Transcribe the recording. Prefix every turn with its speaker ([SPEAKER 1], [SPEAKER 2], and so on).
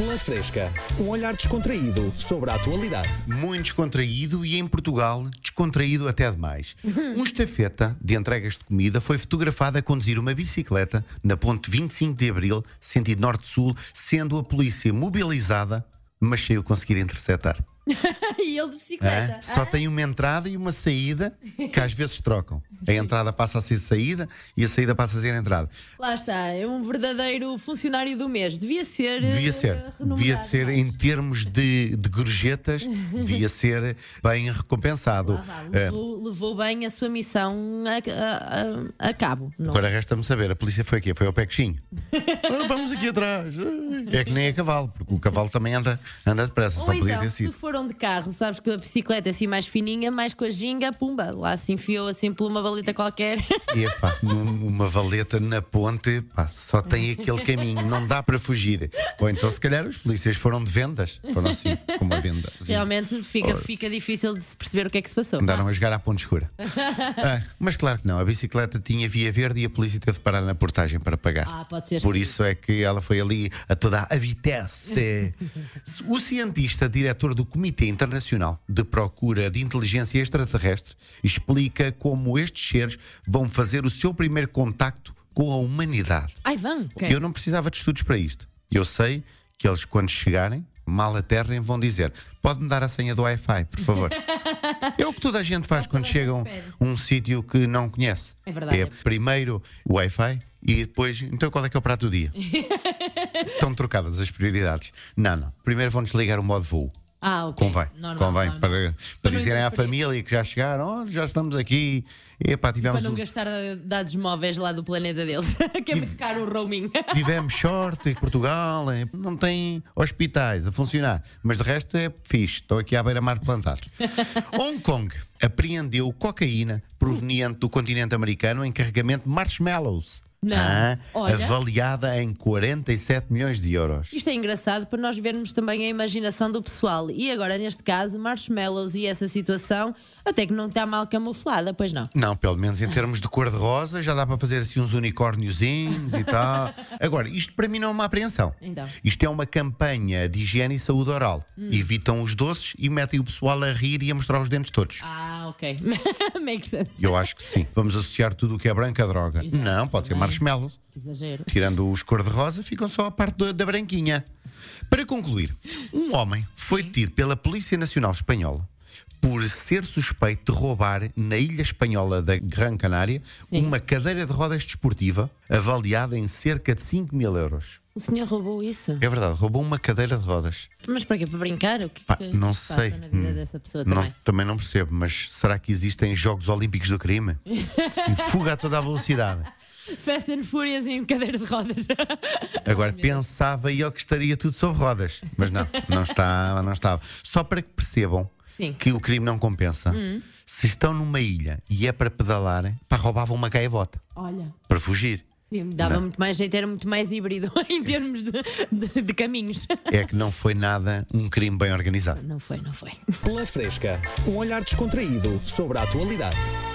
[SPEAKER 1] Linha Fresca, um olhar descontraído sobre a atualidade.
[SPEAKER 2] Muito descontraído e em Portugal descontraído até demais. Um estafeta de entregas de comida foi fotografado a conduzir uma bicicleta na ponte 25 de Abril, sentido norte-sul, sendo a polícia mobilizada, mas sem o conseguir interceptar.
[SPEAKER 3] e ele de
[SPEAKER 2] Hã?
[SPEAKER 3] bicicleta.
[SPEAKER 2] Só
[SPEAKER 3] Ah,
[SPEAKER 2] tem uma entrada e uma saída que às vezes trocam. A entrada passa a ser saída e a saída passa a ser entrada.
[SPEAKER 3] Lá está, é um verdadeiro funcionário do mês. Devia ser. eh, é?
[SPEAKER 2] Devia ser.
[SPEAKER 3] remunerado
[SPEAKER 2] Devia ser,
[SPEAKER 3] mais.
[SPEAKER 2] em termos de, de gorjetas, devia ser bem recompensado.
[SPEAKER 3] Ah, vá,
[SPEAKER 2] Eh,
[SPEAKER 3] levou, levou bem a sua missão a, a- a- a cabo. Não? é?
[SPEAKER 2] Agora resta-me saber, a polícia foi aqui, foi ao pequinho. Ah, Vamos aqui atrás. Ah, É que nem a cavalo, porque o cavalo também anda, anda depressa, só
[SPEAKER 3] Ou
[SPEAKER 2] podia
[SPEAKER 3] então,
[SPEAKER 2] ter
[SPEAKER 3] se
[SPEAKER 2] sido.
[SPEAKER 3] foram de carro, sabes que a bicicleta é assim mais fininha, mais com a ginga, pumba, lá se enfiou assim por uma balita qualquer.
[SPEAKER 2] E epá, num- uma valeta na ponte, pá, só tem aquele caminho, não dá para fugir. Ou então, se calhar, os polícias foram de vendas. Foram assim, com uma venda.
[SPEAKER 3] Realmente fica, fica difícil de se perceber o que é que se passou.
[SPEAKER 2] Andaram a jogar à ponte escura. Ah, mas claro que não, a bicicleta tinha via verde e a polícia teve de parar na portagem para pagar.
[SPEAKER 3] Ah, pode ser.
[SPEAKER 2] Por isso é que ela foi ali a toda a vitesse. o cientista, diretor do Comitê Internacional de Procura de Inteligência Extraterrestre, explica como estes seres vão fazer o seu primeiro contacto com a humanidade.
[SPEAKER 3] Ai, vão. ok.
[SPEAKER 2] Eu não precisava de estudos para isto. Eu sei que eles, quando chegarem, mal a terra, vão dizer: pode-me dar a senha do Wi-Fi, por favor. é o que toda a gente
[SPEAKER 3] Tá
[SPEAKER 2] faz quando chegam a um sítio que não conhece.
[SPEAKER 3] É verdade.
[SPEAKER 2] primeiro o Wi-Fi e depois, então qual é que é o prato do dia? Estão trocadas as prioridades. Não, não. Primeiro vão desligar o modo voo.
[SPEAKER 3] Ah, ok.
[SPEAKER 2] Convém,
[SPEAKER 3] Normal,
[SPEAKER 2] convém
[SPEAKER 3] normal.
[SPEAKER 2] para, para
[SPEAKER 3] não
[SPEAKER 2] dizerem à
[SPEAKER 3] interferir.
[SPEAKER 2] família que já chegaram, "Oh, já estamos aqui, epá, tivemos
[SPEAKER 3] Para não
[SPEAKER 2] um-
[SPEAKER 3] gastar eh, dados móveis lá do planeta deles, que é muito caro o roaming.
[SPEAKER 2] Tivemos sorte em Portugal, eh, não tem hospitais a funcionar, mas de resto é fixe, estou aqui à beira-mar plantado. Hong Kong apreendeu cocaína proveniente do continente americano em carregamento de marshmallows,
[SPEAKER 3] Não,
[SPEAKER 2] Ah,
[SPEAKER 3] olha.
[SPEAKER 2] avaliada em 47 milhões de euros.
[SPEAKER 3] Isto é engraçado para nós vermos também a imaginação do pessoal. E agora, neste caso, marshmallows e essa situação, até que não está mal camuflada, pois não.
[SPEAKER 2] Não, pelo menos em termos de cor de rosa, já dá para fazer assim uns unicórniozinhos e tal. Agora, isto para mim não é uma apreensão.
[SPEAKER 3] Então. Hum.
[SPEAKER 2] Isto é uma campanha de higiene e saúde oral. Evitam os doces e metem o pessoal a rir e a mostrar os dentes todos.
[SPEAKER 3] Ah, ok. Make sense.
[SPEAKER 2] Eu acho que sim. Vamos associar tudo o que é branco à droga.
[SPEAKER 3] Exato, é?
[SPEAKER 2] não, pode ser
[SPEAKER 3] também.
[SPEAKER 2] marshmallows.
[SPEAKER 3] Exagero.
[SPEAKER 2] Tirando os cor-de-rosa, ficam só a parte da, da branquinha. Para concluir, um homem foi detido pela Polícia Nacional Espanhola por ser suspeito de roubar na ilha espanhola da Gran Canária
[SPEAKER 3] Sim.
[SPEAKER 2] uma cadeira de rodas desportiva avaliada em cerca de 5 mil euros.
[SPEAKER 3] O senhor roubou isso?
[SPEAKER 2] É verdade, roubou uma cadeira de rodas.
[SPEAKER 3] Mas para quê? Para brincar? O que é
[SPEAKER 2] Pá,
[SPEAKER 3] que
[SPEAKER 2] Ah, não
[SPEAKER 3] se
[SPEAKER 2] sei.
[SPEAKER 3] passa na vida
[SPEAKER 2] Hum.
[SPEAKER 3] dessa pessoa
[SPEAKER 2] Não,
[SPEAKER 3] também?
[SPEAKER 2] também não percebo, mas será que existem Jogos Olímpicos do Crime? Sim, fuga a toda a velocidade.
[SPEAKER 3] Fast and Furious em cadeira de rodas.
[SPEAKER 2] Agora pensava eu que estaria tudo sobre rodas, mas não, não estava, não estava. Só para que percebam
[SPEAKER 3] Sim.
[SPEAKER 2] que o crime não compensa. Se estão numa ilha e é para pedalar, para roubavam uma gaivota
[SPEAKER 3] Olha,
[SPEAKER 2] para fugir.
[SPEAKER 3] sim, dava muito mais jeito, era muito mais híbrido em termos de, de- de caminhos.
[SPEAKER 2] É que não foi nada um crime bem organizado.
[SPEAKER 3] Não foi, não foi.
[SPEAKER 1] Pela Fresca, um olhar descontraído sobre a atualidade.